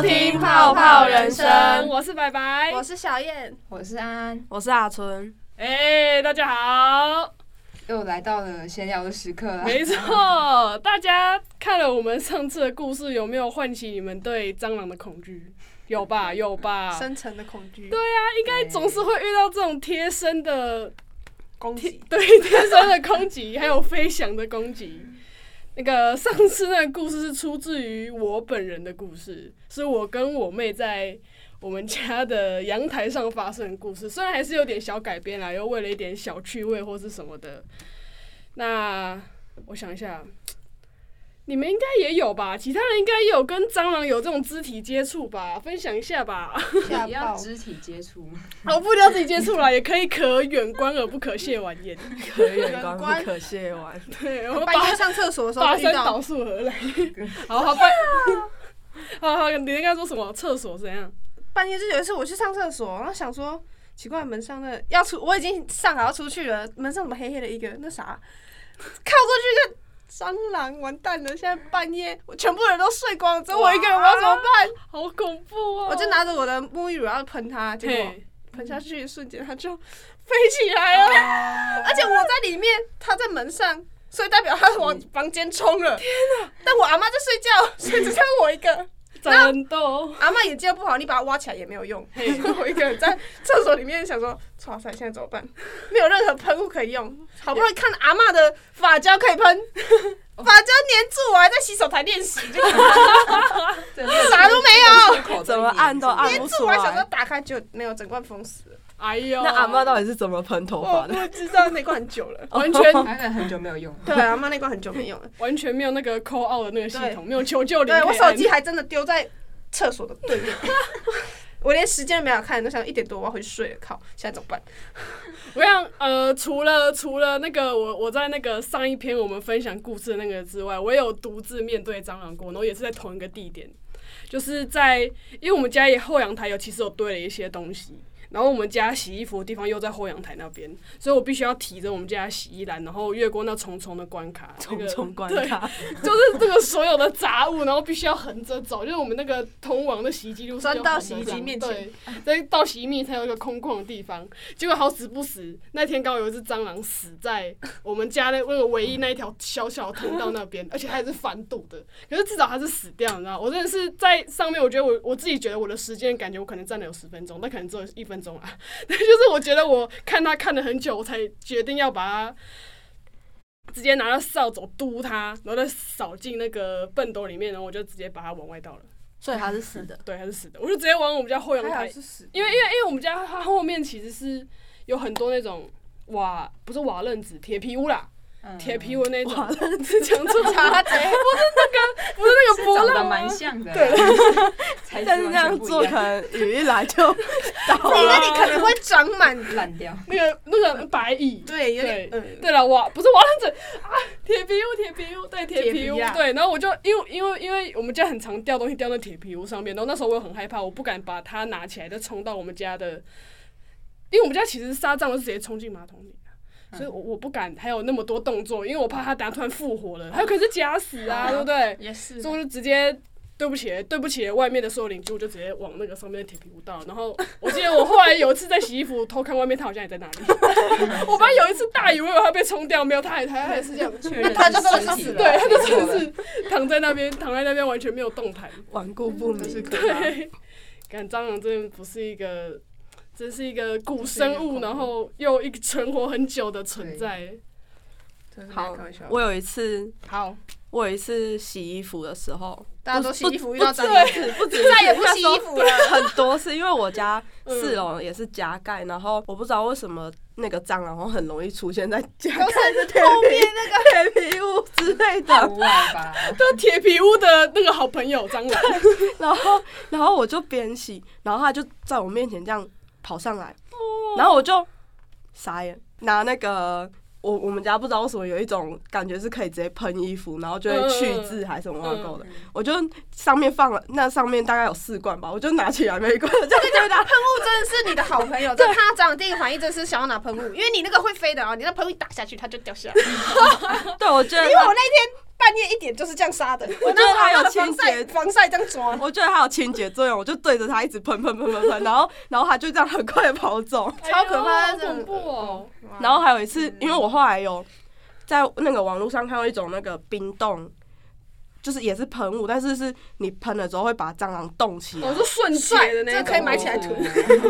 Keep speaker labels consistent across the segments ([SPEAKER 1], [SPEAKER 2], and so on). [SPEAKER 1] 听泡泡人生
[SPEAKER 2] 我是白白，
[SPEAKER 3] 我是小燕，
[SPEAKER 4] 我是安安，
[SPEAKER 1] 我是阿春，
[SPEAKER 2] 哎、大家好，
[SPEAKER 4] 又来到了闲聊的时刻 啦。
[SPEAKER 2] 没错，大家看了我们上次的故事，有没有唤起你们对蟑螂的恐惧？有吧，有吧，
[SPEAKER 3] 深层的恐惧
[SPEAKER 2] 对啊，应该总是会遇到这种贴身的
[SPEAKER 3] 攻
[SPEAKER 2] 贴
[SPEAKER 3] 击，
[SPEAKER 2] 对天生的攻击，还有飞翔的攻击。那个上次那个故事是出自于我本人的故事，是我跟我妹在我们家的阳台上发生的故事，虽然还是有点小改编啦，又为了一点小趣味或是什么的。那我想一下，你们应该也有吧？其他人应该也有跟蟑螂有这种肢体接触吧？ 分享一下吧。
[SPEAKER 3] 吓
[SPEAKER 4] 也要
[SPEAKER 3] 爆，
[SPEAKER 4] 肢体接触吗？
[SPEAKER 2] 我不一定要自己接触啦，也可以可远观而不可亵玩焉。
[SPEAKER 1] 可远观不可亵玩。
[SPEAKER 2] 对， 我把
[SPEAKER 3] 半夜上厕所的时候
[SPEAKER 2] 跋
[SPEAKER 3] 遇
[SPEAKER 2] 山
[SPEAKER 3] 到
[SPEAKER 2] 倒树而来。 好好拜。 好好，你刚刚说什么？厕所怎样？
[SPEAKER 3] 半夜就有一次我去上厕所，然后想说奇怪，门上那要出，我已经上好要出去了，门上怎么黑黑的一个那啥，靠过去就蟑螂，完蛋了！现在半夜我全部人都睡光了，只有我一个人，我要怎么办？
[SPEAKER 2] 好恐怖哦！
[SPEAKER 3] 我就拿着我的沐浴乳要喷它，结果
[SPEAKER 2] 嘿，
[SPEAKER 3] 喷下去一瞬间它就飞起来了，而且我在里面，它在门上。所以代表它往房间冲了，天哪！但我阿妈在睡觉，所以只剩我一个。
[SPEAKER 2] 战斗。
[SPEAKER 3] 阿妈眼睛不好，你把它挖起来也没有用。 我一个人在厕所里面想说，哇塞，现在怎么 办？没有任何喷雾可以用，好不容易看阿妈的发胶可以喷，发胶粘 住，我还在洗手台练习，就
[SPEAKER 4] 对那个
[SPEAKER 3] 啥都没有
[SPEAKER 4] 出口都
[SPEAKER 1] 怎么按都按
[SPEAKER 3] 粘住，我还想说打开就没有，整罐封死了。
[SPEAKER 2] 哎呦，
[SPEAKER 1] 那阿妈到底是怎么喷头
[SPEAKER 3] 我
[SPEAKER 1] 发的？
[SPEAKER 3] 不知道那罐很久了，
[SPEAKER 2] 完全
[SPEAKER 4] 安安很久没有用。
[SPEAKER 3] 对，啊阿妈那罐很久没用了，
[SPEAKER 2] 完全没有那个扣 out 的那个系统，没有求救铃可以
[SPEAKER 3] 对
[SPEAKER 2] 按。
[SPEAKER 3] 我手机还真的丢在厕所的对面。我连时间都没有看，都想一点多我要回去睡了，靠！现在怎么办？
[SPEAKER 2] 我想，呃，除了除了那个我我在那个上一篇我们分享故事的那个之外，我也有独自面对蟑螂过，然后也是在同一个地点，就是在因为我们家也后阳台有其实有堆了一些东西，然后我们家洗衣服的地方又在后阳台那边，所以我必须要提着我们家的洗衣篮，然后越过那重重的关卡，那
[SPEAKER 1] 重
[SPEAKER 2] 个
[SPEAKER 1] 重关
[SPEAKER 2] 对
[SPEAKER 1] 卡，
[SPEAKER 2] 就是这个所有的杂物，然后必须要横着走，就是我们那个通往的洗衣机路是
[SPEAKER 3] 钻
[SPEAKER 2] 要
[SPEAKER 3] 到
[SPEAKER 2] 横着
[SPEAKER 3] 洗衣机
[SPEAKER 2] 这样
[SPEAKER 3] 面前
[SPEAKER 2] 对，在到洗衣面才有一个空旷的地方。结果好死不死，那天刚好有一只蟑螂死在我们家那那个唯一那一条小小的通道那边， 而且它还是翻肚的。可是至少它是死掉，你知道吗？我真的是在上面，我觉得我我自己觉得我的时间感觉我可能占了有十分钟，但可能只有一分钟啊。 但就是我觉得我看它看了很久，我才决定要把它。直接拿到扫帚嘟它，然后再扫进那个粪斗里面，然后我就直接把它往外倒了。
[SPEAKER 1] 所以他是死的。
[SPEAKER 2] 对，它是死的，我就直接往我们家后阳
[SPEAKER 3] 还好
[SPEAKER 2] 台
[SPEAKER 3] 是死，
[SPEAKER 2] 因为因为因为我们家它后面其实是有很多那种瓦，不是瓦楞纸，铁皮屋啦，
[SPEAKER 4] 嗯
[SPEAKER 2] 铁皮屋那种，
[SPEAKER 1] 瓦
[SPEAKER 2] 是讲错了，
[SPEAKER 3] 他直接
[SPEAKER 2] 不是那个
[SPEAKER 4] 是
[SPEAKER 2] 波
[SPEAKER 4] 长得
[SPEAKER 2] 浪啊
[SPEAKER 4] 蛮
[SPEAKER 2] 吗？
[SPEAKER 4] 像的，
[SPEAKER 2] 对，
[SPEAKER 4] 材质
[SPEAKER 1] 但是
[SPEAKER 4] 完
[SPEAKER 1] 那
[SPEAKER 4] 全
[SPEAKER 1] 样
[SPEAKER 4] 不一
[SPEAKER 1] 做可能雨一来就倒
[SPEAKER 3] 你那
[SPEAKER 1] 了。
[SPEAKER 3] 里可能会长满，
[SPEAKER 4] 烂掉。
[SPEAKER 2] 那个那个白蚁。
[SPEAKER 3] 对，有点
[SPEAKER 2] 对
[SPEAKER 3] 嗯。
[SPEAKER 2] 对了，瓦不是瓦楞纸啊，铁皮屋，铁皮屋，对，铁
[SPEAKER 3] 铁
[SPEAKER 2] 皮
[SPEAKER 3] 皮
[SPEAKER 2] 屋，
[SPEAKER 3] 啊
[SPEAKER 2] 对。然后我就因为因为因为我们家很常掉东西掉到铁皮屋上面，然后那时候我很害怕，我不敢把它拿起来再冲到我们家的，因为我们家其实沙帐都是直接冲进马桶里。所以
[SPEAKER 3] 嗯
[SPEAKER 2] 我我不敢还有那么多动作，因为我怕它等下突然复活
[SPEAKER 3] 哦
[SPEAKER 2] 了，还有可能是假死啊，对不对？
[SPEAKER 3] 也是
[SPEAKER 2] 所以我就直接对不起，对不起，外面的所有邻居，我就直接往那个上面的铁皮屋倒。然后 我记得我后来有一次在洗衣服，偷看外面，他好像也在那里。 我本来有一次大以为他被冲掉，没有，他还他还是这样，
[SPEAKER 4] 确认
[SPEAKER 3] 他就真的是
[SPEAKER 4] 是尸体
[SPEAKER 3] 死了
[SPEAKER 2] 对他就
[SPEAKER 4] 没错
[SPEAKER 2] 真的
[SPEAKER 4] 了
[SPEAKER 2] 是躺在那边，躺在那边完全没有动弹。
[SPEAKER 1] 顽固不
[SPEAKER 3] 真是
[SPEAKER 1] 明，
[SPEAKER 3] 可怕。
[SPEAKER 2] 感蟑螂真的不是一个，真是一个古
[SPEAKER 4] 是一个
[SPEAKER 2] 生
[SPEAKER 4] 恐
[SPEAKER 2] 物，
[SPEAKER 4] 怖
[SPEAKER 2] 然后又一个存活很久的存
[SPEAKER 4] 对
[SPEAKER 2] 在。
[SPEAKER 3] 真是没
[SPEAKER 1] 好
[SPEAKER 3] 开玩笑，
[SPEAKER 1] 我有一次，
[SPEAKER 2] 好，
[SPEAKER 1] 我有一次洗衣服的时候，
[SPEAKER 3] 大家都洗衣服遇到蟑
[SPEAKER 1] 不
[SPEAKER 3] 螂，
[SPEAKER 1] 止不止
[SPEAKER 3] 再也 不洗衣服了。
[SPEAKER 1] 很多次，因为我家
[SPEAKER 2] 嗯
[SPEAKER 1] 四楼也是加盖，然后我不知道为什么那个蟑螂好像很容易出现在加盖
[SPEAKER 3] 都是
[SPEAKER 1] 的后面那个铁皮屋之类的，
[SPEAKER 4] 户外 吧，
[SPEAKER 2] 就铁皮屋的那个好朋友 蟑螂，
[SPEAKER 1] 然后然后我就边洗，然后它就在我面前这样跑上来，然后我就傻眼，拿那个。我我们家不知道为什么有一种感觉是可以直接喷衣服，然后就会去渍还是什么玩狗的。我就上面放了，那上面大概有四罐吧，我就拿起来每一罐，我就觉得
[SPEAKER 3] 喷雾真的是你的好朋友，这看到蟑螂第一个反应真是想要拿喷雾，因为你那个会飞的啊，你那喷雾一打下去它就掉下来。
[SPEAKER 1] 对，我觉得
[SPEAKER 3] 因为我那天半夜一点就是这样杀的。我
[SPEAKER 1] 觉得
[SPEAKER 3] 拿
[SPEAKER 1] 还有
[SPEAKER 3] 我的防
[SPEAKER 1] 清
[SPEAKER 3] 晒
[SPEAKER 1] 洁哎
[SPEAKER 3] 防晒这样抓，
[SPEAKER 1] 我觉得它有清洁作用，我就对着它一直喷喷喷喷喷，然后然后它就这样很快的跑走。
[SPEAKER 3] 超可怕
[SPEAKER 2] 哎呦好
[SPEAKER 3] 真
[SPEAKER 2] 恐
[SPEAKER 3] 的
[SPEAKER 2] 怖哦！
[SPEAKER 1] 然后还有一次，因为我后来有在那个网络上看到一种那个冰冻，就是也是喷雾，但是是你喷了之后会把蟑螂冻起来
[SPEAKER 2] 我。是顺
[SPEAKER 3] 帅
[SPEAKER 2] 拽
[SPEAKER 3] 的那
[SPEAKER 2] 这
[SPEAKER 3] 种
[SPEAKER 2] 可以买起来涂。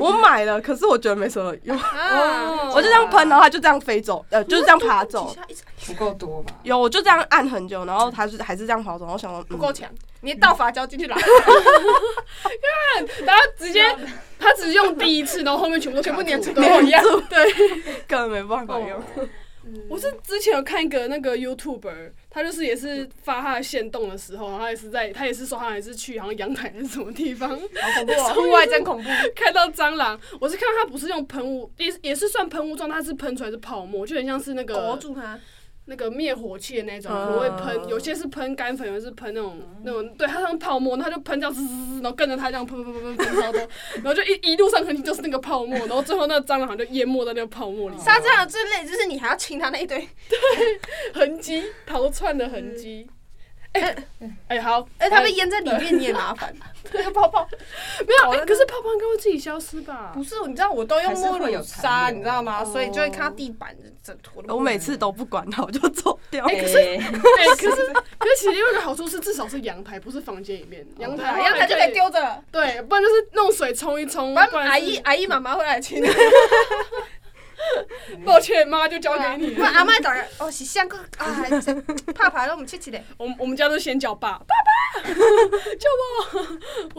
[SPEAKER 1] 我买了，可是我觉得没什么用，
[SPEAKER 3] 啊
[SPEAKER 1] 我就这样喷，然后它就这样飞走，呃，就是这样爬走
[SPEAKER 3] 几。下一直
[SPEAKER 4] 不够多吧？
[SPEAKER 1] 有，我就这样按很久，然后它是还是这样跑走，然后想说
[SPEAKER 3] 不
[SPEAKER 1] 嗯
[SPEAKER 3] 够强，你倒法胶进 去拿，
[SPEAKER 2] 然后直接他只用第一次，然后后面全部都
[SPEAKER 3] 全部
[SPEAKER 2] 卡住
[SPEAKER 3] 粘住跟我一样。
[SPEAKER 1] 根本没办法用。
[SPEAKER 2] 我是之前有看一个那个 YouTuber，他就是也是发他的线动的时候，然后他也是在他也是说他也是去好像阳台还是什么地方
[SPEAKER 3] 好恐怖哦，户外真恐怖。
[SPEAKER 2] 看到蟑螂，我是看到他不是用喷雾，也也是算喷雾状，它是喷出来是泡沫，就很像是那
[SPEAKER 3] 裹
[SPEAKER 2] 个
[SPEAKER 3] 住它，
[SPEAKER 2] 那个灭火器的那种，
[SPEAKER 1] 嗯
[SPEAKER 2] 我会喷，有些是喷干粉，有些是喷那种那种，对，它像泡沫，然后它就喷掉，滋滋滋，然后跟着它这样喷喷喷喷喷超多，然后就一一路上肯定就是那个泡沫，然后最后那个蟑螂好像就淹没在那个泡沫里，
[SPEAKER 3] 杀蟑螂最累就是你还要清它那一堆，
[SPEAKER 2] 痕迹逃窜的痕迹。
[SPEAKER 3] 嗯
[SPEAKER 2] 哎哎，好，
[SPEAKER 3] 而且它被淹在里面你也麻 烦。那个泡泡
[SPEAKER 2] 没有，哎可是泡泡应该会自己消失吧
[SPEAKER 3] 不？是，你知道我都用
[SPEAKER 4] 还是
[SPEAKER 3] 沐
[SPEAKER 4] 会
[SPEAKER 3] 浴
[SPEAKER 4] 有
[SPEAKER 3] 乳杀，
[SPEAKER 4] 残留
[SPEAKER 3] 你知道吗？
[SPEAKER 2] 哦
[SPEAKER 3] 所以就会看到地板整坨的。
[SPEAKER 1] 哦我每次都不管它，我就走掉。
[SPEAKER 2] 哎可是哎，可是可是其实有一个好处是，至少是阳台，不是房间里面，阳
[SPEAKER 3] 对啊
[SPEAKER 2] 台
[SPEAKER 3] 阳台就可以，丢着，
[SPEAKER 2] 对，不然就是弄水冲一冲，
[SPEAKER 3] 反
[SPEAKER 2] 不
[SPEAKER 3] 正
[SPEAKER 2] 然
[SPEAKER 3] 阿
[SPEAKER 2] 是
[SPEAKER 3] 姨阿姨妈妈会来清。
[SPEAKER 2] 抱歉，妈就交
[SPEAKER 3] 对啊
[SPEAKER 2] 给你
[SPEAKER 3] 不
[SPEAKER 2] 了。
[SPEAKER 3] 然阿妈当然哦是香个啊，这怕怕让我们切起来。
[SPEAKER 2] 我们我们家都先叫爸，爸爸 救我，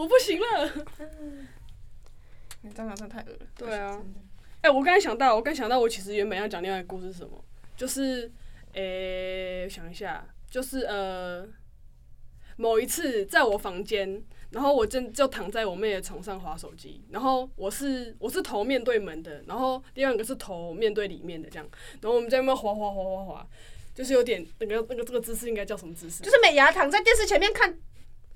[SPEAKER 2] 我不行了。
[SPEAKER 3] 你蟑螂真的太恶了。
[SPEAKER 2] 对啊，哎、我刚才想到，我刚才想到，我其实原本要讲另外一个故事是什么，就是，诶、我想一下，就是呃，某一次在我房间，然后我正就躺在我妹的床上划手机，然后我是我是头面对门的，然后另外一个是头面对里面的这样，然后我们在那边划划划划划，就是有点那个那个这个姿势应该叫什么姿势？
[SPEAKER 3] 就是美牙躺在电视前面看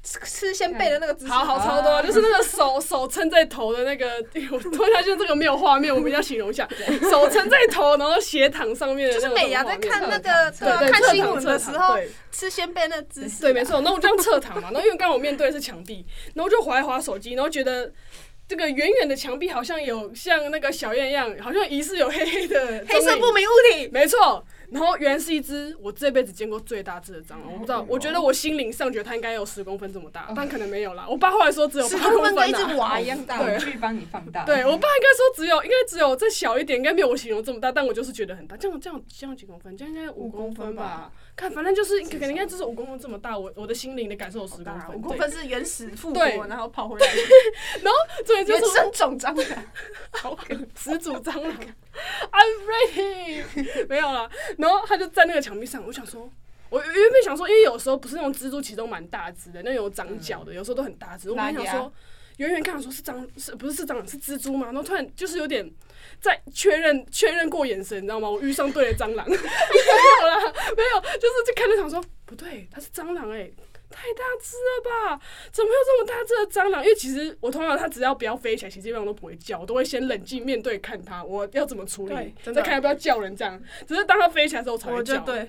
[SPEAKER 3] 吃吃鲜贝的那个姿势。
[SPEAKER 2] 好好超
[SPEAKER 3] 啊
[SPEAKER 2] 多，就是那个手 手撑在头的那个， 我突然间这个没有画面，我们要形容一下，手撑在头，然后斜躺上面的
[SPEAKER 3] 就
[SPEAKER 2] 那种
[SPEAKER 3] 是美啊牙在看那个对
[SPEAKER 2] 画
[SPEAKER 3] 啊
[SPEAKER 2] 面对对
[SPEAKER 3] 看
[SPEAKER 2] 侧
[SPEAKER 3] 新
[SPEAKER 2] 躺
[SPEAKER 3] 闻
[SPEAKER 2] 侧
[SPEAKER 3] 的
[SPEAKER 2] 躺
[SPEAKER 3] 时候
[SPEAKER 2] 对
[SPEAKER 3] 吃鲜贝那姿势。
[SPEAKER 2] 对，没错。那我这样侧躺嘛，然后因为刚好我面对的是墙壁，然后我就划一划手机，然后觉得。这个远远的墙壁好像有像那个小燕一样，好像疑似有黑黑的
[SPEAKER 3] 黑色
[SPEAKER 2] 踪影
[SPEAKER 3] 不明物体。
[SPEAKER 2] 没错。然后原来是一只我这辈子见过最大只的蟑螂，我不知
[SPEAKER 3] 哦
[SPEAKER 2] 道，我觉得我心灵上觉得它应该有十公分这么大，但可能没有啦。我爸后来说只有
[SPEAKER 3] 十
[SPEAKER 2] 八
[SPEAKER 3] 公分
[SPEAKER 2] 啊
[SPEAKER 3] 跟一只娃一样大，
[SPEAKER 2] 对
[SPEAKER 4] 恐惧帮你放大，
[SPEAKER 2] 对我爸应该说只有，应该只有再小一点，应该没有我形容这么大，但我就是觉得很大。这样这样这样几公分，这样应该五
[SPEAKER 3] 五公
[SPEAKER 2] 公
[SPEAKER 3] 分
[SPEAKER 2] 分
[SPEAKER 3] 吧
[SPEAKER 2] 吧？看，反正就是可能应该就是五公分这么大，我我的心灵的感受有十公分，
[SPEAKER 3] 五公分是原始复
[SPEAKER 2] 对
[SPEAKER 3] 活，然后跑回来
[SPEAKER 2] 对，这也就
[SPEAKER 3] 原
[SPEAKER 2] 是
[SPEAKER 3] 生种蟑螂。
[SPEAKER 2] 好始祖蟑螂，I'm ready，没有了。然后他就在那个墙壁上，我想说。我原本想说，因为有时候不是那种蜘蛛，其实都蛮大只的，那有长脚的，有时候都很大只。我
[SPEAKER 3] 嗯哪
[SPEAKER 2] 本
[SPEAKER 3] 里
[SPEAKER 2] 来
[SPEAKER 3] 啊
[SPEAKER 2] 想说，远远看想说是蟑，是不是是蟑螂是蜘蛛吗？然后突然就是有点在确认确认过眼神，你知道吗？我遇上对了蟑螂，没 有啦，没有，就是就看着想说不对，它是蟑螂哎、太大只了吧？怎么会有这么大只的蟑螂？因为其实我通常它只要不要飞起来，其实基本上都不会叫，我都会先冷静面对看它，我要怎么处
[SPEAKER 3] 对
[SPEAKER 2] 理，
[SPEAKER 3] 真的
[SPEAKER 2] 再看要不要叫人这样。只是当它飞起来的时候，我才会叫。
[SPEAKER 3] 对，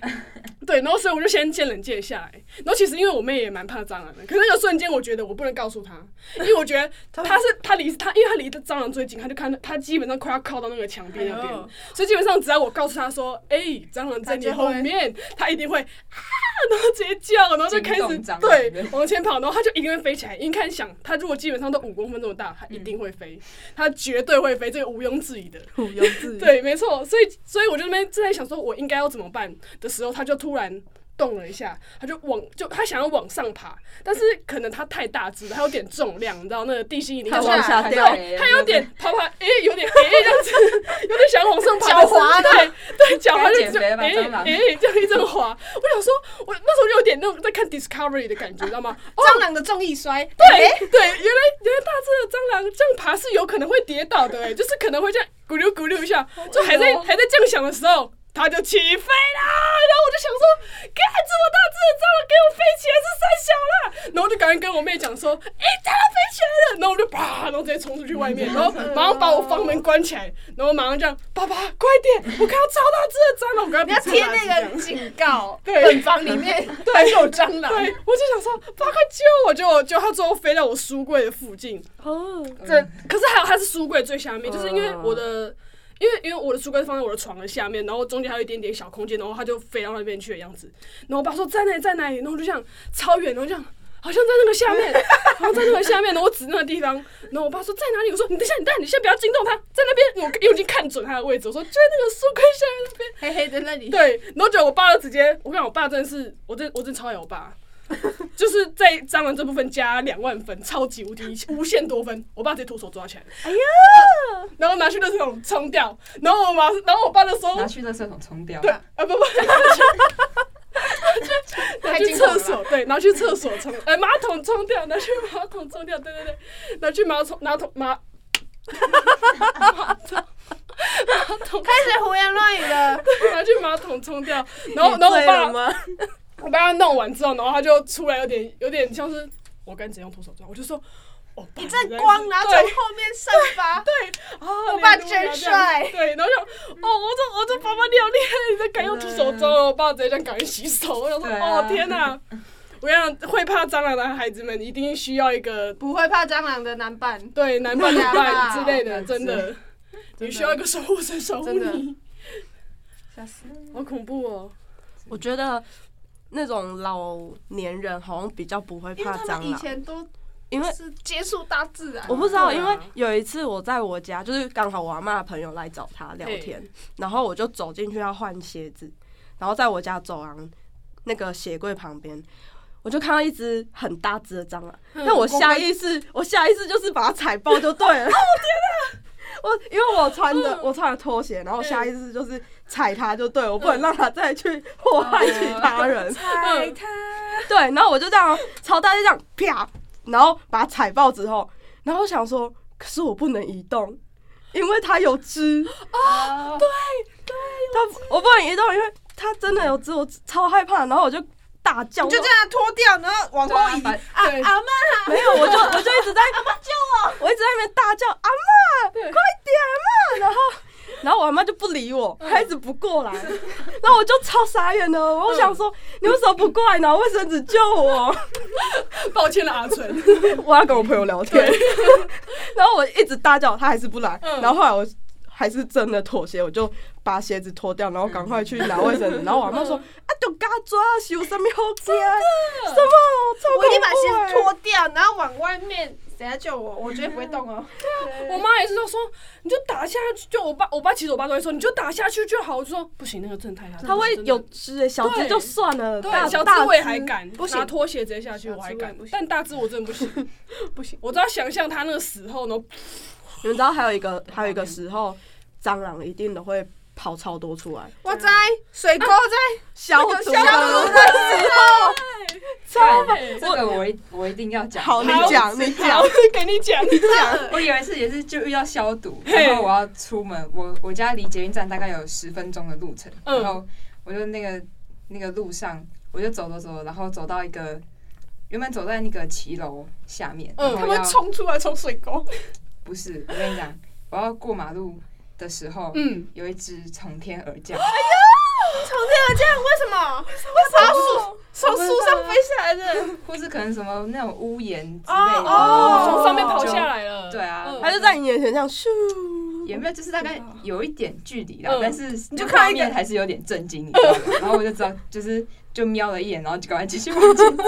[SPEAKER 2] 对，然后所以我就先先冷静下来。然后其实因为我妹也蛮怕蟑螂的，可是那个瞬间我觉得我不能告诉她，因为我觉 得她是她离她，因为她离蟑螂最近，她就看到她基本上快要靠到那个墙壁那边，
[SPEAKER 4] 哦
[SPEAKER 2] 所以基本上只要我告诉她说，哎、蟑螂在你后面，她一定会啊，然后直接叫，然后就开
[SPEAKER 4] 惊
[SPEAKER 2] 始
[SPEAKER 4] 动蟑螂
[SPEAKER 2] 对往前跑，然后她就一定会飞起来。因为看想，她如果基本上都五公分这么大，她一定会飞，她绝对会飞，这个毋庸置疑的。
[SPEAKER 1] 毋庸置疑。
[SPEAKER 2] 对，没错，所以所以我就那边正在想说我应该要怎么办的时候，他就突然动了一下，他就往就他想要往上爬，但是可能他太大只了，他有点重量，你知道那个地心引力
[SPEAKER 1] 它
[SPEAKER 2] 就
[SPEAKER 3] 他
[SPEAKER 2] 是
[SPEAKER 1] 往
[SPEAKER 3] 下
[SPEAKER 1] 下掉，
[SPEAKER 4] 对
[SPEAKER 2] 他有点爬爬，诶、有点诶、这样子，有点想往上爬，
[SPEAKER 3] 脚滑
[SPEAKER 2] 但是对对，脚滑就
[SPEAKER 4] 该减肥吧
[SPEAKER 2] 诶
[SPEAKER 4] 蟑螂
[SPEAKER 2] 诶这样一阵滑。我想说，我那时候就有点那种在看 Discovery 的感觉，你知道吗？哦，
[SPEAKER 3] 蟑螂的重易摔，
[SPEAKER 2] 对对，原来原来大只的蟑螂这样爬是有可能会跌倒的、 哎，就是可能会这样咕溜咕溜一下，就
[SPEAKER 3] 哦
[SPEAKER 2] 还在还在这样想的时候，它就起飞啦。然后我就想说，干这么大只蟑螂给我飞起来，这三小啦！然后我就赶紧跟我妹讲说，哎、蟑螂飞起来了！然后我就啪，然后直接冲出去外面，然后
[SPEAKER 3] 哦
[SPEAKER 2] 马上把我房门关起来，然后马上这样，爸爸快点，我看到超大只的蟑螂，我刚
[SPEAKER 3] 你
[SPEAKER 2] 刚
[SPEAKER 3] 要贴那个警告，
[SPEAKER 2] 对
[SPEAKER 3] 本房里面 还有蟑螂，
[SPEAKER 2] 对，我就想说，爸快救我！结果就它最后飞到我书柜的附近，
[SPEAKER 1] 哦，
[SPEAKER 4] 嗯
[SPEAKER 2] 这可是还有它是书柜最下面，就是因为
[SPEAKER 1] 嗯
[SPEAKER 2] 我的。因为因为我的书柜是放在我的床的下面，然后中间还有一点点小空间，然后它就飞到那边去的样子。然后我爸说在哪里在哪里，然后我就想超远，然后这样好像在那个下面， 然后在那个下面，然后我指那个地方，然后我爸说在哪里？我说你嗯等一下，你等一下，你先不要惊动它，在那边。 我我已经看准它的位置，我说就在那个书柜下面那边。
[SPEAKER 3] 黑黑的那里，
[SPEAKER 2] 对，然后结果我爸就直接，我跟你讲我爸真的是，我真我真超爱我 爸，就是在蟑螂这部分加两万分，超级无敌无限多分，我爸直接徒手抓起来，
[SPEAKER 1] 哎呀，
[SPEAKER 2] 然后拿去垃圾桶冲掉，然后我妈，然后我爸就说，
[SPEAKER 4] 拿去垃圾桶冲掉。
[SPEAKER 2] 对，啊不不，拿
[SPEAKER 3] 太
[SPEAKER 2] 去
[SPEAKER 3] 惊恐
[SPEAKER 2] 厕
[SPEAKER 3] 了
[SPEAKER 2] 所，对，拿去厕所冲，哎马桶冲掉，拿去马桶冲掉，对对对，拿去马桶马桶马，
[SPEAKER 3] 开始胡言乱语了，
[SPEAKER 2] 拿去马桶冲掉，然后然后我爸
[SPEAKER 1] 你醉了吗？
[SPEAKER 2] 我把他弄完之后，然后他就出来，有点有点像是我刚才只用徒手抓，我就说，哦，
[SPEAKER 3] 一阵光，然后从
[SPEAKER 2] 对
[SPEAKER 3] 后面散发，
[SPEAKER 2] 啊，
[SPEAKER 3] 我爸
[SPEAKER 2] 你怎么
[SPEAKER 3] 真
[SPEAKER 2] 这样
[SPEAKER 3] 帅
[SPEAKER 2] 对，然后就，哦，我这我这爸爸你好厉害，你在敢用徒手抓，哦我爸直接这样赶紧洗手，我想说，
[SPEAKER 4] 对啊
[SPEAKER 2] 哦天哪，我想会怕蟑螂的孩子们一定需要一个
[SPEAKER 3] 不会怕蟑螂的男伴，
[SPEAKER 2] 对男伴女伴之类的，
[SPEAKER 4] 对啊
[SPEAKER 2] 真的，你需要一个守护神守护
[SPEAKER 3] 真的
[SPEAKER 2] 你，
[SPEAKER 3] 吓死！
[SPEAKER 2] 好恐怖哦，
[SPEAKER 1] 我觉得那种老年人好像比较不会
[SPEAKER 3] 因为
[SPEAKER 1] 怕
[SPEAKER 3] 他
[SPEAKER 1] 蟑
[SPEAKER 3] 们以
[SPEAKER 1] 螂，
[SPEAKER 3] 前都
[SPEAKER 1] 因为
[SPEAKER 3] 是接触大自然，
[SPEAKER 1] 我不知道，
[SPEAKER 2] 对啊
[SPEAKER 1] 因为有一次我在我家，就是刚好我阿妈的朋友来找他聊天，然后我就走进去要换鞋子，然后在我家走廊那个鞋柜旁边，我就看到一只很大只的蟑螂，但
[SPEAKER 3] 嗯
[SPEAKER 1] 我下意识，我下意识就是把它踩爆就对了。 哦天哪！嗯我因为我穿着我穿着拖鞋，然后我下意识就是踩它就对了，我不能让它再去祸害其他人。
[SPEAKER 3] 爱他，
[SPEAKER 1] 对，然后我就这样朝大家这样啪，然后把它踩爆之后，然后我想说，可是我不能移动，因为它有汁，
[SPEAKER 4] 哦
[SPEAKER 3] 对，
[SPEAKER 1] 它哎我不能移动，因为它真的有汁，我超害怕，然后我就大叫，
[SPEAKER 3] 就这样脱掉，然后往
[SPEAKER 4] 对啊
[SPEAKER 3] 后移，
[SPEAKER 4] 把
[SPEAKER 3] 啊
[SPEAKER 2] 对
[SPEAKER 3] 阿妈
[SPEAKER 1] 没有，我就我就一直在阿妈救我，我一直在那边大叫阿妈，快
[SPEAKER 2] 对
[SPEAKER 1] 点阿妈，然后然后我阿妈就不理我，她一直不过来，然后我就超傻眼的，我想说你为什么不过来拿卫生纸救我？
[SPEAKER 2] 抱歉了阿纯，
[SPEAKER 1] 我要跟我朋友聊天， 然后我一直大叫，她还是不来，
[SPEAKER 2] 嗯
[SPEAKER 1] 然后后来我。还是真的妥协，我就把鞋子脱掉，然后赶快去拿卫
[SPEAKER 2] 嗯
[SPEAKER 1] 生纸。然后我阿妈说：“啊，就嘎抓，是有什么好惊？什么？超
[SPEAKER 3] 我一定把
[SPEAKER 1] 恐怖
[SPEAKER 3] 鞋
[SPEAKER 1] 欸
[SPEAKER 3] 子脱掉，然后往外面，等下救我，我绝 对不会动哦。
[SPEAKER 2] 我妈也是都说，你就打下去，就我爸，我爸其实我爸都会说，你就打下去就好。我就说不行，那个真的太大，
[SPEAKER 1] 它会
[SPEAKER 2] 真的
[SPEAKER 1] 有汁诶、小汁
[SPEAKER 2] 对
[SPEAKER 1] 就算了，
[SPEAKER 2] 对
[SPEAKER 1] 大
[SPEAKER 2] 小
[SPEAKER 1] 大
[SPEAKER 2] 智我也
[SPEAKER 1] 只
[SPEAKER 2] 还 敢，
[SPEAKER 3] 不
[SPEAKER 2] 拿
[SPEAKER 3] 行
[SPEAKER 2] 拖鞋直接下去
[SPEAKER 3] 小
[SPEAKER 2] 我还
[SPEAKER 3] 智我也
[SPEAKER 2] 敢
[SPEAKER 3] 不，行
[SPEAKER 2] 但大智我真的不行，不行，我只要想象他那个死后，然后
[SPEAKER 1] 你们知道还有一个
[SPEAKER 2] 嗯
[SPEAKER 1] 还有一个时候，蟑螂一定都会跑超多出来，
[SPEAKER 3] 我在水沟在
[SPEAKER 1] 消
[SPEAKER 3] 那个
[SPEAKER 1] 毒
[SPEAKER 3] 消毒
[SPEAKER 1] 的时候，超
[SPEAKER 4] 这个我一我一定要讲。
[SPEAKER 1] 好，你讲你讲
[SPEAKER 2] 好，给你讲，
[SPEAKER 3] 讲，
[SPEAKER 4] 我有一次也是就遇到消毒，
[SPEAKER 2] 嘿
[SPEAKER 4] 然后我要出门，我我家离捷运站大概有十分钟的路程，
[SPEAKER 2] 嗯
[SPEAKER 4] 然后我就那个那个路上，我就走走走，然后走到一个原本走在那个骑楼下面，
[SPEAKER 2] 嗯
[SPEAKER 4] 然
[SPEAKER 2] 他
[SPEAKER 4] 后要
[SPEAKER 2] 冲出来冲水沟，
[SPEAKER 4] 不是我跟你讲，我要过马路的时候，
[SPEAKER 2] 嗯，哎
[SPEAKER 4] 有一只从天而降，
[SPEAKER 3] 从天而降，为什么？为什么从树上飞下来的？
[SPEAKER 4] 或是可能什么那种屋檐之类的，
[SPEAKER 3] 哦
[SPEAKER 2] 从上面跑
[SPEAKER 4] 就
[SPEAKER 2] 下来了，
[SPEAKER 4] 对啊
[SPEAKER 2] 嗯
[SPEAKER 1] 它就在你眼前这样咻，
[SPEAKER 4] 也没有，就是大概有一点距离啦
[SPEAKER 2] 嗯，
[SPEAKER 4] 但是
[SPEAKER 3] 你就看
[SPEAKER 4] 画
[SPEAKER 3] 到一个
[SPEAKER 4] 面还是有点震惊，你知道吗？然后我就知道，就是就瞄了一眼，然后就赶快继续往 前走。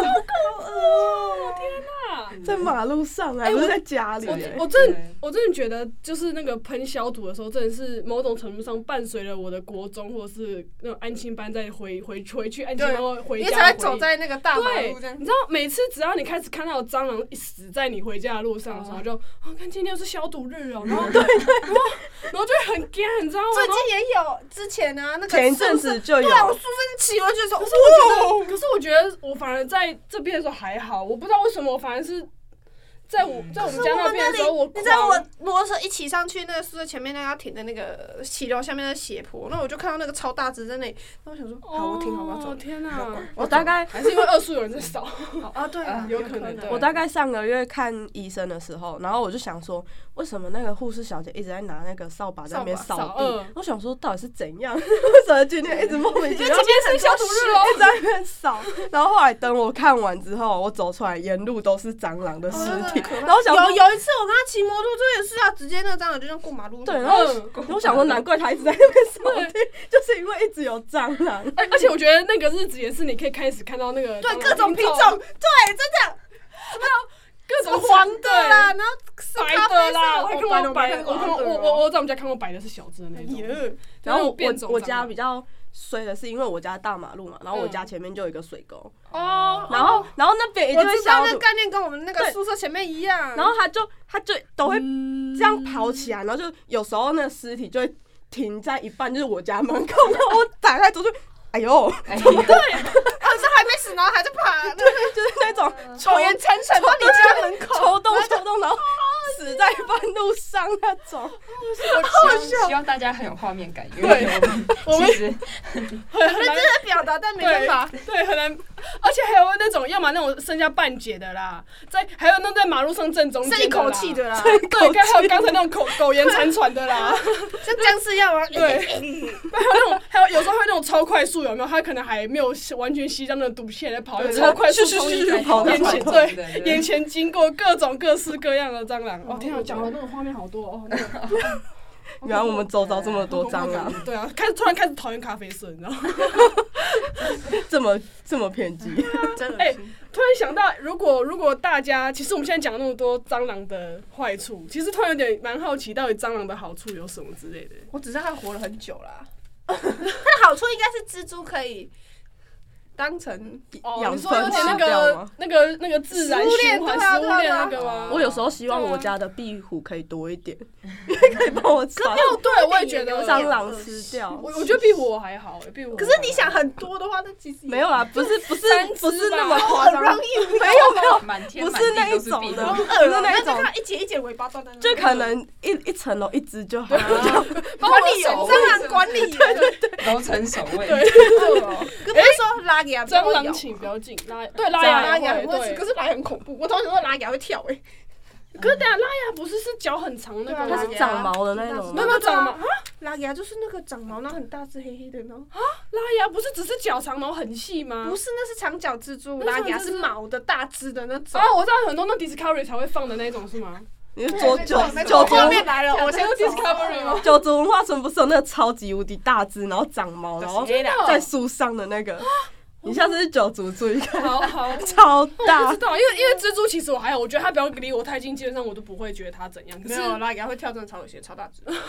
[SPEAKER 2] 啊
[SPEAKER 1] 在马路上啊，
[SPEAKER 2] 哎
[SPEAKER 1] 不是
[SPEAKER 2] 我
[SPEAKER 1] 在家里
[SPEAKER 2] 我
[SPEAKER 1] 欸，
[SPEAKER 2] 我真的
[SPEAKER 4] 对
[SPEAKER 2] 我真的觉得，就是那个喷消毒的时候，真的是某种程度上伴随了我的国中或者是那种安亲班，在回回回去安亲班
[SPEAKER 3] 对
[SPEAKER 2] 或回家
[SPEAKER 3] 你
[SPEAKER 2] 的
[SPEAKER 3] 才
[SPEAKER 2] 回忆，
[SPEAKER 3] 会走在那个大马
[SPEAKER 2] 对
[SPEAKER 3] 路这样，
[SPEAKER 2] 你。知道每次只要你开始看到蟑螂死在你回家的路上的时候，
[SPEAKER 3] 嗯
[SPEAKER 4] 哦
[SPEAKER 2] 就哦，看今天又是消毒日哦，然后对，然后然后就会很干，你知道吗？
[SPEAKER 3] 最近也有，之前啊，那个
[SPEAKER 1] 前一阵
[SPEAKER 3] 树上
[SPEAKER 1] 子就有
[SPEAKER 3] 对，啊，我书生气，我就觉得说，
[SPEAKER 2] 然后可是我
[SPEAKER 3] 哇哦
[SPEAKER 2] 觉得，可是我觉得我反而在这边的时候还好，我不知道为什么，我反而是在我在我们家那边的时候，我啊
[SPEAKER 3] 你知道
[SPEAKER 2] 狂
[SPEAKER 3] 我摩托车一骑上去那个宿舍前面那个要停的那个骑楼下面的斜坡，那我就看到那个超大只在那里，那我想说，好，我停好，我要
[SPEAKER 2] 哦
[SPEAKER 3] 走。
[SPEAKER 2] 天哪！
[SPEAKER 1] 我大概
[SPEAKER 2] 还是因为二叔有人在扫，
[SPEAKER 3] 啊，对啊，
[SPEAKER 2] 有可能哦对
[SPEAKER 1] 我大概上个月看医生的时候，然后我就想说，为什么那个护士小姐一直在拿那个扫把在那边
[SPEAKER 2] 扫把
[SPEAKER 1] 扫
[SPEAKER 2] 扫
[SPEAKER 1] 地
[SPEAKER 2] 嗯？
[SPEAKER 1] 我想说到底是怎样？ 为什么今天一直莫名其妙？
[SPEAKER 2] 是消毒日哦。
[SPEAKER 1] 一直在那边扫，然后后来等我看完之后，我走出来，沿路都是蟑螂
[SPEAKER 2] 哦
[SPEAKER 1] 的尸体，然后我想
[SPEAKER 3] 有
[SPEAKER 1] 说，
[SPEAKER 3] 有一次我跟他骑摩托车也是啊，直接那蟑螂就这样过马路。
[SPEAKER 1] 对，然后
[SPEAKER 2] 嗯，
[SPEAKER 1] 我想说，难怪他一直在那边扫地，就是因为一直有蟑螂。
[SPEAKER 2] 哎而而且我觉得那个日子也是你可以开始看到那个
[SPEAKER 3] 对
[SPEAKER 2] 蟑螂
[SPEAKER 3] 各种品种，对，真的
[SPEAKER 2] 各
[SPEAKER 1] 哦
[SPEAKER 2] 种
[SPEAKER 3] 黄
[SPEAKER 2] 黄
[SPEAKER 3] 的啦，然后是
[SPEAKER 2] 白
[SPEAKER 3] 咖
[SPEAKER 2] 的
[SPEAKER 3] 啡
[SPEAKER 2] 啦，
[SPEAKER 3] 色
[SPEAKER 2] 我还
[SPEAKER 3] 的，
[SPEAKER 2] 看过
[SPEAKER 1] 我白
[SPEAKER 2] 白
[SPEAKER 1] 的
[SPEAKER 2] 的，
[SPEAKER 1] 我哦
[SPEAKER 2] 我
[SPEAKER 1] 看
[SPEAKER 2] 看
[SPEAKER 1] 过
[SPEAKER 2] 过我我我在我们家看过白的是小只的那种，
[SPEAKER 3] 耶，
[SPEAKER 1] 然
[SPEAKER 2] 那
[SPEAKER 1] 后我
[SPEAKER 2] 种变种
[SPEAKER 1] 我
[SPEAKER 2] 蟑
[SPEAKER 1] 家
[SPEAKER 2] 螂嗯
[SPEAKER 1] 比较衰的是，因为我家大马路嘛，然后我家前面就有一个水沟，
[SPEAKER 2] 哦
[SPEAKER 1] 然后然后那边一定
[SPEAKER 3] 我
[SPEAKER 1] 会
[SPEAKER 3] 知道
[SPEAKER 1] 消
[SPEAKER 3] 那
[SPEAKER 1] 毒，
[SPEAKER 3] 概念跟我们那
[SPEAKER 1] 对
[SPEAKER 3] 个宿舍前面一样。
[SPEAKER 1] 然后它就它就都会
[SPEAKER 2] 这
[SPEAKER 1] 这样跑起来，然后就有时候那个尸体就会停在一半，就是我家门口，然后我打开出去，哎呦，
[SPEAKER 4] 哎呀，
[SPEAKER 3] 啊，这还没死，然后还在爬，那个
[SPEAKER 1] 就是那种抽
[SPEAKER 3] 苟延残喘到你家门口。
[SPEAKER 1] 抽动抽动，然后死在半路上那种。
[SPEAKER 4] 希望希望大家很有画面感，因
[SPEAKER 2] 对
[SPEAKER 4] 为我
[SPEAKER 2] 我
[SPEAKER 4] 们
[SPEAKER 2] 们
[SPEAKER 4] 其实
[SPEAKER 2] 很很难
[SPEAKER 3] 在表达，但没办
[SPEAKER 2] 对
[SPEAKER 3] 法。
[SPEAKER 2] 对很难，而且还有那种要么那种剩下半截的啦，在还有那在马路上正中间
[SPEAKER 3] 剩一口气
[SPEAKER 2] 的啦，
[SPEAKER 3] 的啦，
[SPEAKER 2] 对，跟还有刚才那种口苟延残喘的啦，
[SPEAKER 3] 像僵尸一样啊！
[SPEAKER 2] 对， 还有那种还有有时候会那种超快速有没有？他可能还没有完全吸到那个毒气，还在跑，
[SPEAKER 4] 对
[SPEAKER 2] 超快速
[SPEAKER 1] 是是
[SPEAKER 2] 冲
[SPEAKER 1] 是
[SPEAKER 2] 进来
[SPEAKER 1] 是跑得
[SPEAKER 2] 眼前
[SPEAKER 4] 快
[SPEAKER 2] 对
[SPEAKER 4] 对
[SPEAKER 2] 眼前经过各种各式各样的蟑螂。哦天啊，
[SPEAKER 4] 我
[SPEAKER 2] 讲完那个画面好多哦。那个
[SPEAKER 1] 原来我们周遭这么多蟑 螂，，
[SPEAKER 2] 对啊，开始突然开始讨厌咖啡色，你知道吗？
[SPEAKER 1] 这么这么偏激。
[SPEAKER 3] 真
[SPEAKER 2] 哎突然想到，如果如果大家，其实我们现在讲那么多蟑螂的坏处，其实突然有点蛮好奇，到底蟑螂的好处有什么之类的。
[SPEAKER 3] 我只是它活了很久啦。它的好处应该是蜘蛛可以当成
[SPEAKER 1] 养
[SPEAKER 2] 你说有
[SPEAKER 1] 分
[SPEAKER 2] 点那
[SPEAKER 1] 吃掉
[SPEAKER 2] 个
[SPEAKER 1] 吗？
[SPEAKER 2] 那个那个自然循环
[SPEAKER 3] 食物链对啊
[SPEAKER 2] 食物链
[SPEAKER 3] 对啊
[SPEAKER 2] 那个吗？
[SPEAKER 1] 我有时候希望
[SPEAKER 2] 对啊
[SPEAKER 1] 我家的壁虎可以多一点， 可以帮我抓
[SPEAKER 2] 哦，对，我也觉得
[SPEAKER 1] 蟑螂吃掉。
[SPEAKER 2] 我我觉得壁虎我还好，壁虎我还好。
[SPEAKER 3] 可是你想很多的话，那其实也啊
[SPEAKER 1] 没有啦，不是不是
[SPEAKER 2] 三只吧
[SPEAKER 1] 不是那么夸张，
[SPEAKER 3] 很容
[SPEAKER 1] 没有没有，
[SPEAKER 4] 满天
[SPEAKER 1] 不
[SPEAKER 4] 满
[SPEAKER 1] 是那
[SPEAKER 4] 地
[SPEAKER 1] 一
[SPEAKER 4] 都是
[SPEAKER 1] 种
[SPEAKER 4] 壁
[SPEAKER 1] 的，
[SPEAKER 4] 虎
[SPEAKER 1] 不。
[SPEAKER 2] 哦
[SPEAKER 3] 很恶
[SPEAKER 1] 是那一种
[SPEAKER 3] 就，它一节一节尾巴断在那，
[SPEAKER 1] 就可能一一层楼一只就好
[SPEAKER 2] 啊
[SPEAKER 1] 了。
[SPEAKER 2] 包括
[SPEAKER 3] 管
[SPEAKER 2] 我
[SPEAKER 3] 理员
[SPEAKER 2] 手
[SPEAKER 3] 蟑螂管理员，
[SPEAKER 4] 楼层守 卫，
[SPEAKER 3] 可不是说拉牙不要
[SPEAKER 2] 蟑螂
[SPEAKER 3] 咬
[SPEAKER 2] 请不要近，拉对拉
[SPEAKER 1] 蟑螂
[SPEAKER 2] 牙
[SPEAKER 3] 拉
[SPEAKER 2] 也
[SPEAKER 3] 牙
[SPEAKER 2] 会
[SPEAKER 3] 很会吃，
[SPEAKER 2] 对
[SPEAKER 3] 啊可是拉牙很恐怖。我通常说拉牙会跳哎，
[SPEAKER 2] 可是等下拉牙不是是脚很长那
[SPEAKER 3] 对啊
[SPEAKER 2] 个
[SPEAKER 1] 它
[SPEAKER 2] 吗
[SPEAKER 1] 是？长毛的那
[SPEAKER 2] 没
[SPEAKER 1] 种吗
[SPEAKER 2] 有，没有长毛，啊
[SPEAKER 3] 拉牙就是那个长毛，然后很大只黑黑的，然后
[SPEAKER 2] 拉牙不是只是脚长毛很细吗？
[SPEAKER 3] 不是那是长脚蜘蛛，
[SPEAKER 2] 那
[SPEAKER 3] 拉
[SPEAKER 2] 是
[SPEAKER 3] 牙
[SPEAKER 2] 就是是
[SPEAKER 3] 毛的大只的那种。
[SPEAKER 2] 啊，我知道很多那 Discovery 才会放的那种是吗？
[SPEAKER 1] 你是九九九
[SPEAKER 3] 我
[SPEAKER 1] 族
[SPEAKER 3] 后面来了，哦 我
[SPEAKER 2] 我
[SPEAKER 3] 先
[SPEAKER 2] 先
[SPEAKER 3] 走
[SPEAKER 2] Discovery 吗？
[SPEAKER 1] 九族文化村不是有那个超级无敌大只，然后长毛，然后
[SPEAKER 2] 真的
[SPEAKER 1] 在树上的那个，你下次去九族注意看，
[SPEAKER 2] 哦好好。
[SPEAKER 1] 超
[SPEAKER 2] 我不
[SPEAKER 1] 大
[SPEAKER 2] 知。道，因为因为蜘蛛其实我还好，我觉得它不要离我太近，基本上我都不会觉得它怎样。可
[SPEAKER 3] 没
[SPEAKER 2] 是，
[SPEAKER 3] 有
[SPEAKER 2] 哎、
[SPEAKER 3] 拉牙会跳，真的超有型，超大
[SPEAKER 2] 嗯
[SPEAKER 3] 只。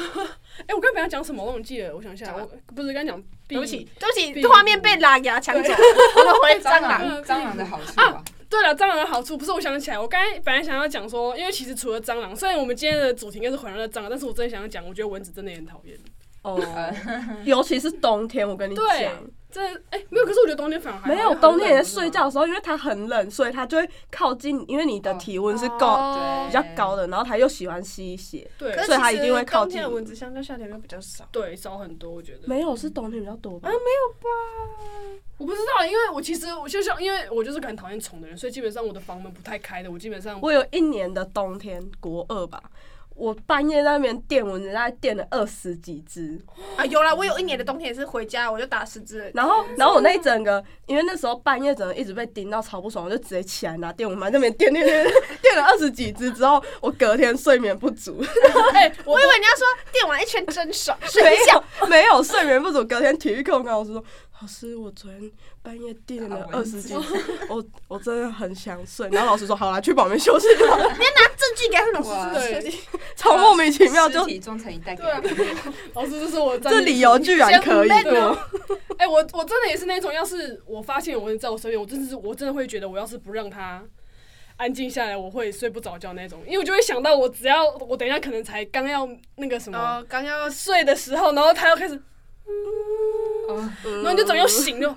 [SPEAKER 2] 我刚才本来讲什么我忘记了，我想一下，
[SPEAKER 3] 讲
[SPEAKER 2] 我不是刚才讲壁
[SPEAKER 3] 对不起，对不
[SPEAKER 2] 壁
[SPEAKER 3] 起，啊
[SPEAKER 2] 虎
[SPEAKER 3] 画面被拉牙抢走，我们回
[SPEAKER 4] 蟑
[SPEAKER 3] 蟑
[SPEAKER 4] 螂
[SPEAKER 3] 螂。
[SPEAKER 4] 蟑螂的好处啊，
[SPEAKER 2] 对了，蟑螂的好处不是我想起来，我刚才本来想要讲说，因为其实除了蟑螂，虽然我们今天的主题应该是环绕在蟑螂，但是我真的想要讲，我觉得蚊子真的也很讨厌。
[SPEAKER 1] 哦，
[SPEAKER 4] 呃
[SPEAKER 1] 尤其是冬天，我跟你
[SPEAKER 2] 对
[SPEAKER 1] 讲。
[SPEAKER 2] 真的，哎、没有，可是我觉得冬天反而还好
[SPEAKER 1] 没有，冬天你
[SPEAKER 2] 啊
[SPEAKER 1] 在睡觉，的时候，因为它很冷，所以它就会靠近，因为你的体温是够
[SPEAKER 2] 哦
[SPEAKER 1] 比较高的，然后它又喜欢吸血。
[SPEAKER 2] 对
[SPEAKER 3] 可是
[SPEAKER 1] 所以它
[SPEAKER 3] 其实
[SPEAKER 1] 一定会靠
[SPEAKER 3] 冬
[SPEAKER 1] 近
[SPEAKER 3] 天的蚊子相较夏天会比较少。
[SPEAKER 2] 对，少很多，我觉得。
[SPEAKER 1] 没有，是冬天比较多吧？
[SPEAKER 2] 我不知道，因为我其实我就像，因为我就是个很讨厌虫的人，所以基本上我的房门不太开的，我基本上
[SPEAKER 1] 我有一年的冬天，国二吧，我半夜在那边电蚊子，大概电了二十几只。
[SPEAKER 3] 啊，有啦，我有一年的冬天也是回家，我就打十只了。
[SPEAKER 1] 然后，然后我那一整个，因为那时候半夜整个一直被叮到超不爽，我就直接起来拿电蚊拍那边电电 电电电了二十几只之后，我隔天睡眠不足，
[SPEAKER 2] 哎、我
[SPEAKER 3] 我以为你要说电玩一圈真爽，睡
[SPEAKER 1] 没
[SPEAKER 3] 一觉。
[SPEAKER 1] 有没有睡眠不足，隔天体育课我跟我说，老师我昨天半夜电了
[SPEAKER 4] 打
[SPEAKER 1] 二
[SPEAKER 4] 蚊
[SPEAKER 1] 十
[SPEAKER 4] 子
[SPEAKER 1] 几只，我我真的很想睡。然后老师说好啦，去旁边休息吧，
[SPEAKER 3] 你要拿证据给他们
[SPEAKER 4] 哇
[SPEAKER 3] 老师，
[SPEAKER 1] 超莫名其妙
[SPEAKER 4] 尸
[SPEAKER 1] 就
[SPEAKER 4] 体装成一袋给
[SPEAKER 2] 对啊
[SPEAKER 4] 他，
[SPEAKER 2] 老师，这是我
[SPEAKER 1] 这 理由居然可以
[SPEAKER 2] 先
[SPEAKER 1] 过。
[SPEAKER 2] 哎、我我真的也是那种，要是我发现有蚊子在我身边，我真的是我真的会觉得，我要是不让它安静下来，我会睡不着觉那种，因为我就会想到，我只要我等一下可能才刚要那个什么、
[SPEAKER 3] 哦，刚要
[SPEAKER 2] 睡的时候，然后它又开始，
[SPEAKER 4] 哦
[SPEAKER 1] 嗯
[SPEAKER 2] 然后你就总要醒就，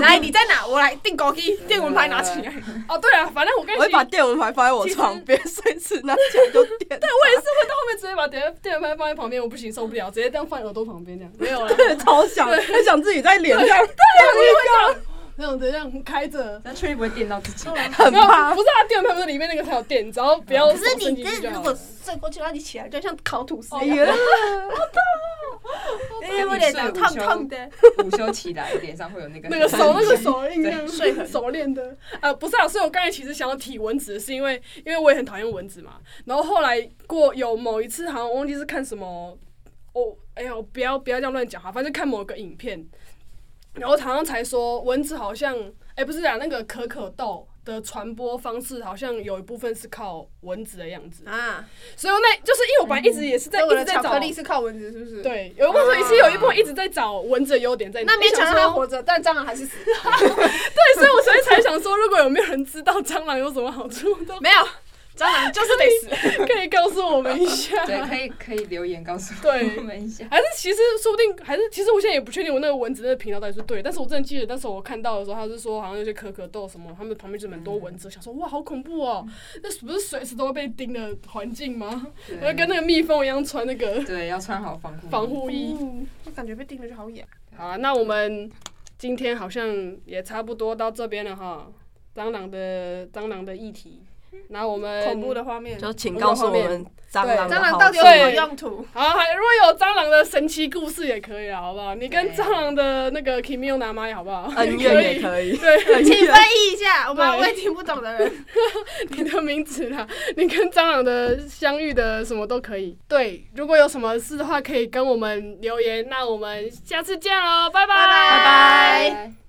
[SPEAKER 3] 来，你在哪？我来订 狗机，电蚊拍拿起来。
[SPEAKER 2] 哦，对啊，反正我跟
[SPEAKER 1] 我
[SPEAKER 2] 你
[SPEAKER 1] 会
[SPEAKER 2] 对，
[SPEAKER 1] 把电蚊拍放在我床边，随时拿起来就电。对，
[SPEAKER 2] 我也是会到后面直接把电电蚊拍放在旁边，我不行受不了，直接这样放耳朵旁边这样，没有了，
[SPEAKER 1] 对，超想，很想自己在脸上，
[SPEAKER 2] 那种直接这样开着。
[SPEAKER 4] 但确定不会电到自己。
[SPEAKER 1] 很
[SPEAKER 2] 没有，
[SPEAKER 1] 怕
[SPEAKER 2] 不。是它电蚊拍，不是里面那个才有电，你只要不要
[SPEAKER 3] 可
[SPEAKER 2] 手
[SPEAKER 3] 是
[SPEAKER 2] 伸
[SPEAKER 3] 你
[SPEAKER 2] 进去
[SPEAKER 3] 这
[SPEAKER 2] 就
[SPEAKER 3] 如
[SPEAKER 2] 好
[SPEAKER 3] 果
[SPEAKER 2] 了。
[SPEAKER 3] 睡过去，让你起来，就像烤吐司
[SPEAKER 1] 哎
[SPEAKER 3] 一样，
[SPEAKER 1] 呀，
[SPEAKER 3] 因为脸上烫烫的。
[SPEAKER 4] 午休起来，脸上会有那个
[SPEAKER 2] 那个手那个手印这样
[SPEAKER 3] 对睡痕
[SPEAKER 2] 手练的，呃，不是啊，所以我刚才其实想要提蚊子，是因为因为我也很讨厌蚊子嘛。然后后来过有某一次，好像我忘记是看什么，哦，哎呦，不要不要这样乱讲哈，反正就看某个影片，然后好像才说蚊子好像，哎、不是啊，那个可可豆的传播方式好像有一部分是靠蚊子的样子，
[SPEAKER 3] 啊，
[SPEAKER 2] 所以我那就是因为我本来一直也是在、
[SPEAKER 3] 所以
[SPEAKER 2] 一
[SPEAKER 3] 嗯我
[SPEAKER 2] 直
[SPEAKER 3] 的
[SPEAKER 2] 在
[SPEAKER 3] 巧克
[SPEAKER 2] 找。
[SPEAKER 3] 力是靠蚊子，是不是？。
[SPEAKER 2] 对，有一部分
[SPEAKER 3] 啊
[SPEAKER 2] 其实有一部分一直在找蚊子的优点在哪。
[SPEAKER 3] 那勉强
[SPEAKER 2] 想
[SPEAKER 3] 让
[SPEAKER 2] 说
[SPEAKER 3] 它活着，但蟑螂还是死。
[SPEAKER 2] 对，所以我所以才想说，如果有没有人知道蟑螂有什么好处，都
[SPEAKER 3] 没有，蟑螂就是得死。
[SPEAKER 2] 可以告诉我们一下。
[SPEAKER 4] 对，可以可以留言告诉
[SPEAKER 2] 对
[SPEAKER 4] 我们一下。
[SPEAKER 2] 还是其实说不定还是其实我现在也不确定我那个蚊子那个频道到底是对的，但是我真的记得那时候我看到的时候，他是说好像有些可可豆什么，他们旁边就很多蚊子，想说哇好恐怖哦，那是不是随时都会被叮的环境吗？要跟那个蜜蜂一样穿那个
[SPEAKER 4] 对要穿好防护衣
[SPEAKER 2] 防。护衣。
[SPEAKER 3] 我感觉被叮了就好痒。
[SPEAKER 2] 好啊，那我们今天好像也差不多到这边了哈，蟑螂的蟑螂的议题，那我们
[SPEAKER 3] 恐怖的画面。
[SPEAKER 1] 就请告诉我们蟑螂的
[SPEAKER 3] 蟑螂
[SPEAKER 1] 好处
[SPEAKER 3] 到底有什么用途？
[SPEAKER 2] 好，还如果有蟑螂的神奇故事也可以啊，好不好？你跟
[SPEAKER 4] 对
[SPEAKER 2] 蟑螂的那个 Kimi 拿妈也好不好？
[SPEAKER 1] 恩怨也可以。
[SPEAKER 2] 对，
[SPEAKER 3] 请翻译一下，我们
[SPEAKER 2] 对
[SPEAKER 3] 为听不懂的人。
[SPEAKER 2] 你的名字啦，你跟蟑螂的相遇的什么都可以。对，如果有什么事的话，可以跟我们留言。那我们下次见喽，拜拜
[SPEAKER 3] 拜拜
[SPEAKER 4] 拜拜。